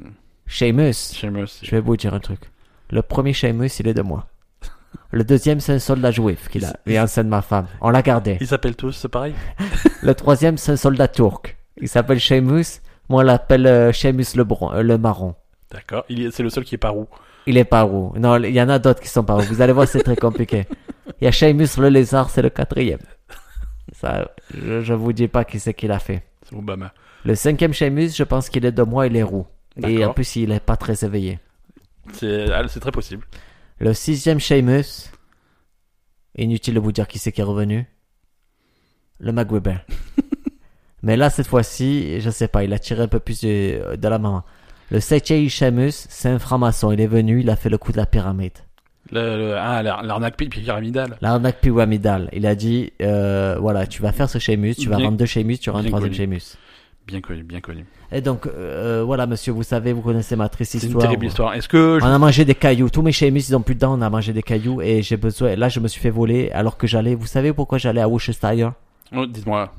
Seamus, Seamus. je vais vous dire un truc. Le premier Seamus, il est de moi. Le deuxième, c'est un soldat juif qu'il a. Et un c'est de ma femme. On l'a gardé. Ils s'appellent tous, c'est pareil. Le troisième, c'est un soldat turc. Il s'appelle Seamus. Moi, on l'appelle euh, Seamus le, bron- euh, le marron. D'accord. Il est- C'est le seul qui est par où. Il est pas roux. Non, il y en a d'autres qui sont pas roux. Vous allez voir, c'est très compliqué. Il y a Seamus le lézard, c'est le quatrième. Ça, je, je vous dis pas qui c'est qu'il a fait. C'est Obama. Le cinquième Seamus, je pense qu'il est de moi, il est roux. Et en D'accord. plus, il est pas très éveillé. C'est ah, c'est très possible. Le sixième Seamus. Inutile de vous dire qui c'est qui est revenu. Le <laughs> Magwebin. Mais là, cette fois-ci, je sais pas, il a tiré un peu plus de, de la main. Le septième Seamus, c'est un franc-maçon. Il est venu, il a fait le coup de la pyramide. Le, le- ah, l'ar- l'arnaque pi- pyramidale. L'arnaque pyramidale. Il a dit, euh, voilà, tu vas faire ce Seamus, tu vas Bien- vendre deux Seamus, tu auras un bien troisième connu. Seamus. Bien connu, bien connu. Et donc, euh, voilà, monsieur, vous savez, vous connaissez ma triste C'est histoire. une terrible histoire. Est-ce que. je- On a mangé des cailloux. Tous mes Seamus, ils ont plus de dents. On a mangé des cailloux et j'ai besoin. Là, je me suis fait voler alors que j'allais. Vous savez pourquoi j'allais à Worcestershire Oh, Dites-moi.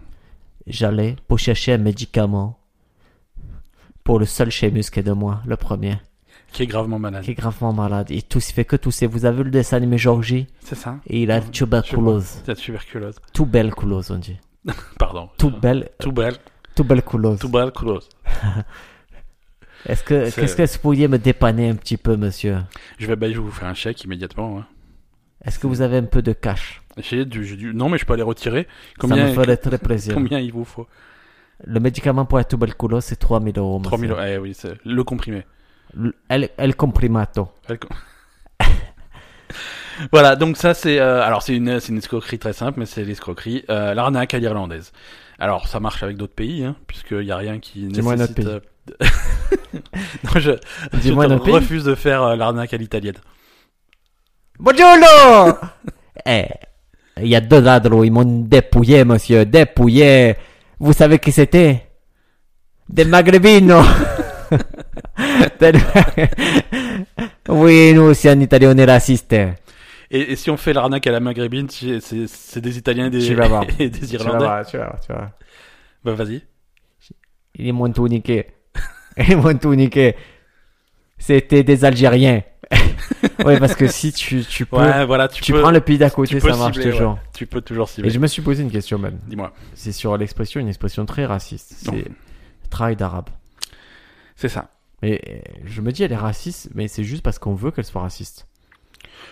J'allais pour chercher un médicament pour le seul Seamus qui est de moi, le premier, Qui est gravement malade. qui est gravement malade. Il tousse, il fait que tousser. Vous avez vu le dessin animé Georgie C'est ça Et il a Je- tuberculose. C'est la tuberculose. Tout belle culose, on dit. Pardon. Tout belle, Tubal- tout belle culose. Tuberculose. Est-ce que, C'est- qu'est-ce que vous pourriez me dépanner un petit peu, monsieur Je vais, bah, je vais vous faire un chèque immédiatement. hein. Est-ce que vous avez un peu de cash J'ai du, j'ai du. Non, mais je peux aller retirer. Ça Combien, me ferait très plaisir. combien il vous faut Le médicament pour la tuberculose, c'est 3000 euros. 3000 monsieur. euros. Eh oui, c'est le comprimé. L- El, el comprimato. Elle com- <laughs> voilà, donc ça c'est euh, alors c'est une c'est une escroquerie très simple, mais c'est l'escroquerie euh, l'arnaque à l'irlandaise. Alors ça marche avec d'autres pays, hein, puisqu'il y a rien qui Dis-moi un autre nécessite. euh, <laughs> non, je, je Dis-moi un te autre pays. refuse de faire euh, l'arnaque à l'italienne. Buongiorno <laughs> Eh, il y a deux ladrons, ils m'ont dépouillé, monsieur, dépouillé. Vous savez qui c'était Des maghrébins <laughs> Oui, nous aussi en Italie, on est racistes. Et, et si on fait l'arnaque à la maghrébine, c'est c'est- c'est des Italiens et des, Tu vas voir. <laughs> et des Tu vas Irlandais. voir, tu vas voir, tu vas voir. Bah vas-y. Ils m'ont tout niqué. Ils m'ont tout niqué. C'était des Algériens. Ouais, parce que si tu, tu peux. Ouais, voilà, tu, tu peux, prends le pays d'à côté, tu peux ça marche cibler, toujours. ouais. tu peux toujours Et cibler. je me suis posé une question même. Dis-moi. C'est sur l'expression, une expression très raciste. Non. C'est travail d'arabe. C'est ça. Mais euh, je me dis, elle est raciste, mais c'est juste parce qu'on veut qu'elle soit raciste.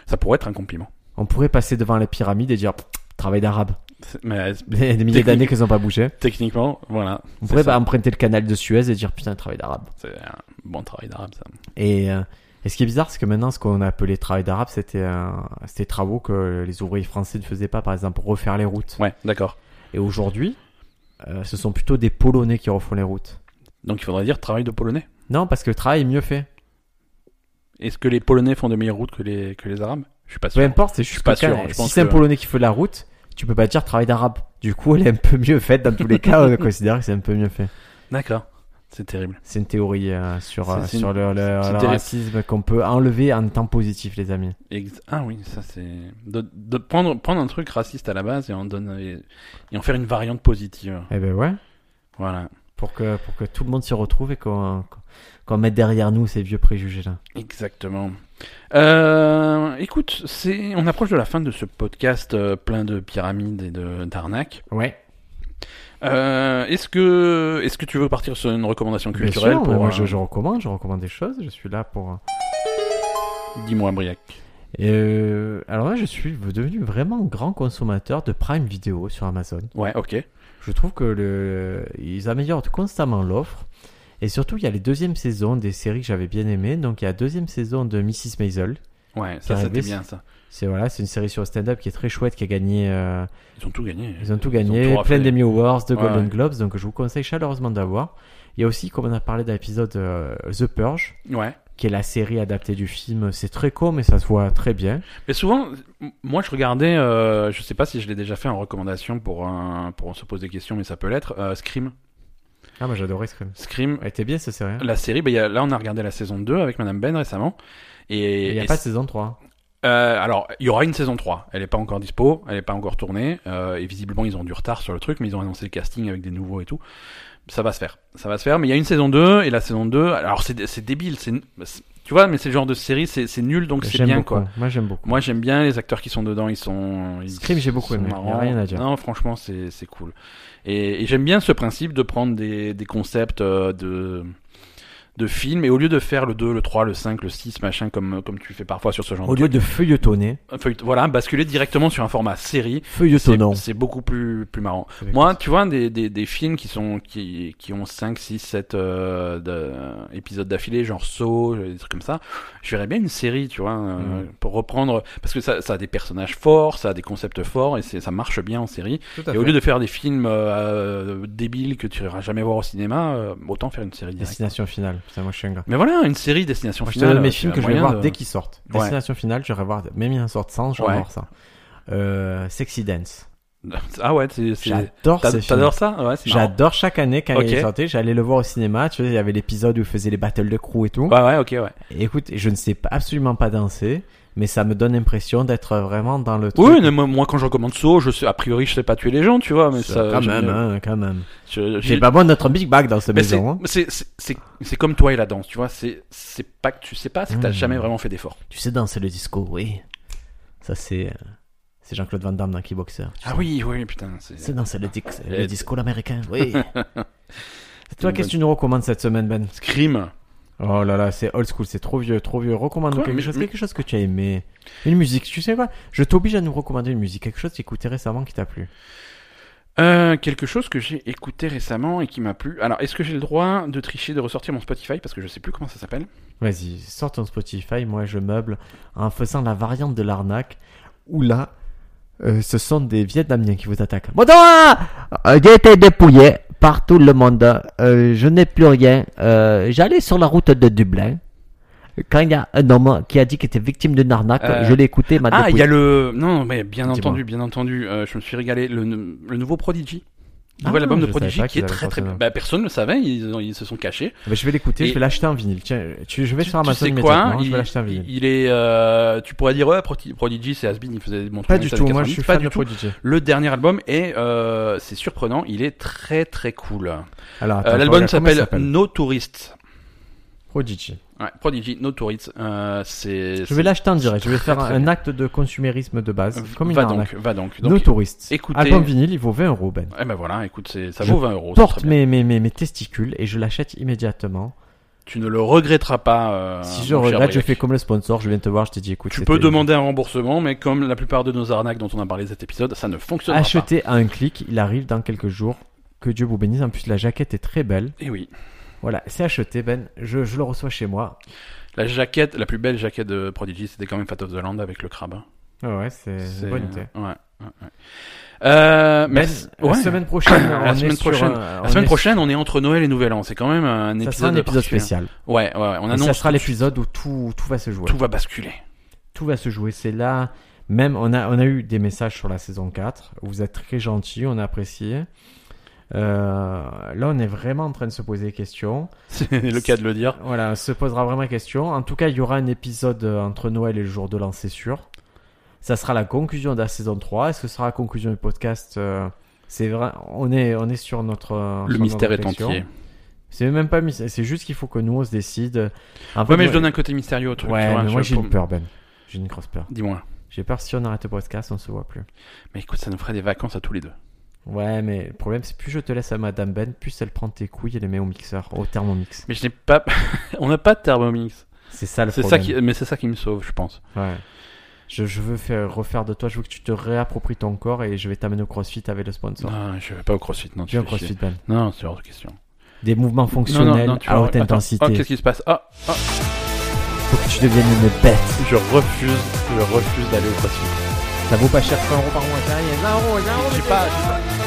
Ça pourrait être un compliment. On pourrait passer devant la pyramide et dire travail d'arabe. <laughs> C'est- Mais euh, Des, des milliers Technique. d'années qu'ils n'ont pas bougé. techniquement, voilà. On C'est pourrait ça. bah, emprunter le canal de Suez et dire putain, travail d'arabe. C'est un bon travail d'arabe, ça. Et, euh, et ce qui est bizarre, c'est que maintenant, ce qu'on appelait travail d'arabe, c'était euh, c'était travaux que les ouvriers français ne faisaient pas, par exemple refaire les routes. Ouais, d'accord. Et aujourd'hui, euh, ce sont plutôt des Polonais qui refont les routes. Donc il faudrait dire travail de polonais. Non, parce que le travail est mieux fait. Est-ce que les polonais font de meilleures routes que les, que les arabes Je suis pas Peu sûr. importe, c'est juste pas que sûr, hein. quand- je si pense c'est un que- Polonais qui fait la route, tu peux pas dire travail d'arabe. Du coup, elle est un peu mieux faite. Dans tous <laughs> les cas, on considère que c'est un peu mieux fait. D'accord. C'est terrible. C'est une théorie euh, sur, C'est- euh, c'est sur une- le, le- c'est une le théorie. racisme qu'on peut enlever en temps positif, les amis. Ex- ah oui, ça c'est de, de prendre prendre un truc raciste à la base et en donner et en faire une variante positive. Eh ben ouais. Voilà. Pour que, pour que tout le monde s'y retrouve et qu'on qu'on mette derrière nous ces vieux préjugés-là. Exactement. Euh, écoute, c'est on approche de la fin de ce podcast euh, plein de pyramides et de d'arnaques. Ouais. Euh, est-ce que est-ce que tu veux partir sur une recommandation Bien culturelle sûr, pour mais moi, euh, je, je recommande, je recommande des choses. Je suis là pour. dis-moi Briac. Euh, alors là, je suis devenu vraiment grand consommateur de Prime Video sur Amazon. Ouais, OK. Je trouve que le, ils améliorent constamment l'offre. Et surtout, il y a les deuxièmes saisons des séries que j'avais bien aimées. Donc, il y a la deuxième saison de Mrs. Maisel. Ouais, ça T'es c'était arrivé, bien ça. C'est voilà, c'est une série sur le stand-up qui est très chouette, qui a gagné. euh, Ils ont tout gagné. ils ont tout gagné, tout plein raflé. d'Emmy Awards, de Ouais, Golden ouais. Globes. Donc, je vous conseille chaleureusement d'avoir. Il y a aussi, comme on a parlé dans l'épisode euh, The Purge, Ouais. qui est la série adaptée du film. C'est très court, mais ça se voit très bien. Mais souvent, m- moi je regardais, euh, je sais pas si je l'ai déjà fait en recommandation pour un, pour on se pose des questions, mais ça peut l'être. euh, Scream, Ah, moi, j'adorais Scream. Scream, Elle était bien, cette série. hein. la série. bah, il y a- là, on a regardé la saison 2 avec Madame Ben récemment. Et, Il n'y a et pas de c- saison hein. 3. euh, alors, il y aura une saison 3. Elle est pas encore dispo, elle est pas encore tournée. euh, et visiblement, ils ont du retard sur le truc, mais ils ont annoncé le casting avec des nouveaux et tout. Ça va se faire, ça va se faire. Mais il y a une saison 2 et la saison 2, alors c'est c'est débile, c'est c'est- tu vois, mais c'est le genre de série, c'est c'est nul donc c'est Bah, J'aime bien beaucoup. quoi. Moi, j'aime beaucoup. Moi j'aime bien les acteurs qui sont dedans, ils sont. euh, Ils Scream, j'ai beaucoup sont aimé, y a marrants. rien à dire. Non, franchement, c'est c'est cool. Et, et j'aime bien ce principe de prendre des, des concepts euh, de, de films et au lieu de faire le 2, le 3, le 5, le 6, machin, comme, comme tu fais parfois sur ce genre Au lieu de feuilletonner, de. feuille- Voilà, basculer directement sur un format série. C'est feuilletonnons. c'est beaucoup plus, plus marrant. Moi, tu vois, des, des, des films qui, sont, qui, qui ont 5, 6, 7 euh, de- épisodes d'affilée, genre Saw, des trucs comme ça, je verrais bien une série, tu vois, euh, Mm. pour reprendre. Parce que ça, ça a des personnages forts, ça a des concepts forts, et c'est- ça marche bien en série. Tout Et au lieu de faire des films euh, débiles que tu iras jamais voir au cinéma, euh, autant faire une série directe. Destination finale. Putain, moi, je suis un gars. Mais voilà, une série destination Moi, je te finale. donne mes c'est films un que je vais moyen voir de- <laughs> dès qu'ils sortent. Ouais. Destination finale, je vais voir, même ils en sortent 100, je vais Ouais. voir ça. Euh, Sexy Dance. Ah ouais, c'est. c'est- J'adore t'a- ce film. T'adores ça Ouais, c'est marrant. J'adore chaque année quand Ok. il est sorti, j'allais le voir au cinéma, tu vois, il y avait l'épisode où ils faisaient les battles de crew et tout. Ouais, ouais, ok, ouais. Et écoute, je ne sais pas- absolument pas danser, mais ça me donne l'impression d'être vraiment dans le truc. Oui, mais moi, moi, quand je recommande Saw, je sais, a priori, je sais pas tuer les gens, tu vois, mais Ça, ça. quand je- même, hein, quand même. je- je- J'ai pas bon notre Big Bang dans cette Mais c'est- maison. hein. c'est- c'est c'est- c'est comme toi et la danse, tu vois. C'est c'est pas que tu sais pas, c'est que t'as Mm. jamais vraiment fait d'effort. Tu sais danser le disco, oui. Ça, c'est euh, c'est Jean-Claude Van Damme dans Kickboxer. Ah oui, oui, putain. c'est- C'est danser le, dix- Et- le disco américain, oui. <laughs> c'est Toi, une qu'est-ce que tu nous recommandes cette semaine, Ben bonne- Scream. Oh là là, c'est old school, c'est trop vieux, trop vieux. Recommande-nous Quoi quelque Mais- chose, mais- quelque chose que tu as aimé. Une musique, tu sais quoi Je t'oblige à nous recommander une musique, quelque chose que tu écoutais récemment qui t'a plu. Euh, quelque chose que j'ai écouté récemment et qui m'a plu. Alors, est-ce que j'ai le droit de tricher, de ressortir mon Spotify parce que je sais plus comment ça s'appelle Vas-y, sors ton Spotify, moi je meuble en faisant la variante de l'arnaque où là, euh, ce sont des Vietnamiens qui vous attaquent. Bon, donc, euh, euh, j'ai été dépouillé par tout le monde. Euh, je n'ai plus rien. Euh, J'allais sur la route de Dublin. Quand il y a un homme qui a dit qu'il était victime d'une arnaque, Euh, je l'ai écouté, il m'a Ah, il y dépouillé. a le. Non, mais bien Dis-moi. entendu, bien entendu. euh, je me suis régalé. Le, le nouveau Prodigy. Le Ah, nouvel album de je savais Prodigy pas qui est qu'ils très avaient sorti très. bien. ça. Bah, personne ne le savait, ils, ont- ils se sont cachés. Bah, je vais l'écouter, Et- je vais l'acheter en vinyle. Tiens, tu, je vais Tu- sur Amazon tu sais immédiatement, quoi je il, vais l'acheter en vinyle. il est. euh, tu pourrais dire, ouais, Prodi- Prodigy, c'est Asbin, il faisait des bons Pas trucs du dans les tout, années moi je 90. suis Pas fan du de tout. Prodigy. Le dernier album est, euh, c'est surprenant, il est très très cool. Euh, Alors, attends, faut L'album regarder comment il s'appelle No Tourist. Prodigy. Ouais, Prodigy, No Tourist, euh, c'est. Je vais l'acheter en direct. Je vais très, faire très un bien. acte de consumérisme de base. c'est- Comme il Euh, va y en a. donc, va donc. No Donc, Tourist. écoutez- Album vinyle, il vaut 20 euros, Ben. eh ben voilà, écoute, c'est- ça Je vaut 20 euros. c'est Porte très bien. mes, mes, mes, mes testicules et je l'achète immédiatement. Tu ne le regretteras pas. euh, si je mon cher regrette, je Briac. fais comme le sponsor. Je viens te voir, je t'ai dit écoute. Tu c'était- peux demander un remboursement, mais comme la plupart de nos arnaques dont on a parlé cet épisode, ça ne fonctionnera pas. Acheter à un clic, il arrive dans quelques jours. Que Dieu vous bénisse. En plus, la jaquette est très belle. Et Eh oui, Voilà, c'est acheté, Ben. Je, je le reçois chez moi. la jaquette, la plus belle jaquette de Prodigy, c'était quand même Fat of the Land avec le crabe. hein. Ah Ouais, c'est C'est- une bonne idée. Ouais. ouais, ouais. Euh, Ben, merci. la Ben, Ouais. semaine <coughs> prochaine, La on est semaine sur prochaine. un- on La semaine est- prochaine, on est entre Noël et Nouvel An. C'est quand même un ça épisode, sera un épisode particulier. spécial. Ouais, ouais, ouais. On Et annonce ça sera tout de l'épisode où tout, tout va se jouer. suite, Tout <laughs> va basculer. tout va se jouer. C'est là, même on a, on a eu des messages sur la saison 4. Vous êtes très gentils, on a apprécié. Euh, là, on est vraiment en train de se poser des questions. C'est le cas de le dire. Voilà, on se posera vraiment des questions. En tout cas, il y aura un épisode euh, entre Noël et le jour de l'an, c'est sûr. Ça sera la conclusion de la saison 3. Est-ce que ce sera la conclusion du podcast euh, C'est vrai, on est, on est sur notre. euh, Le sur nos mystère est réflexions. entier. C'est même pas mystère, c'est juste qu'il faut que nous on se décide. Un peu Ouais, mais je moi- donne un côté mystérieux au truc. Ouais, tu vois, mais je- moi j'ai pour- une peur, Ben. J'ai une grosse peur. Dis-moi. J'ai peur si on arrête le podcast, on se voit plus. Mais écoute, ça nous ferait des vacances à tous les deux. Ouais, mais le problème, c'est plus je te laisse à Madame Ben, plus elle prend tes couilles et les met au mixeur, au thermomix. Mais je n'ai pas. <laughs> on n'a pas de Thermomix. C'est ça le C'est problème. ça qui. Mais c'est ça qui me sauve, je pense. Ouais. Je, je veux faire, refaire de toi, je veux que tu te réappropries ton corps et je vais t'amener au crossfit avec le sponsor. Non, je vais pas au CrossFit. Non, tu Viens au fais chier. CrossFit, Ben. Non, c'est hors de question. Des mouvements Non, non, fonctionnels non, tu à vas- haute attends. intensité. Oh, qu'est-ce qui se passe Ah, ah, Faut que tu deviennes une bête. je refuse. Je refuse d'aller au CrossFit. Ça vaut pas cher 100 euros par mois, ça y est, 20 euros, 20 euros. J'ai pas. j'ai pas-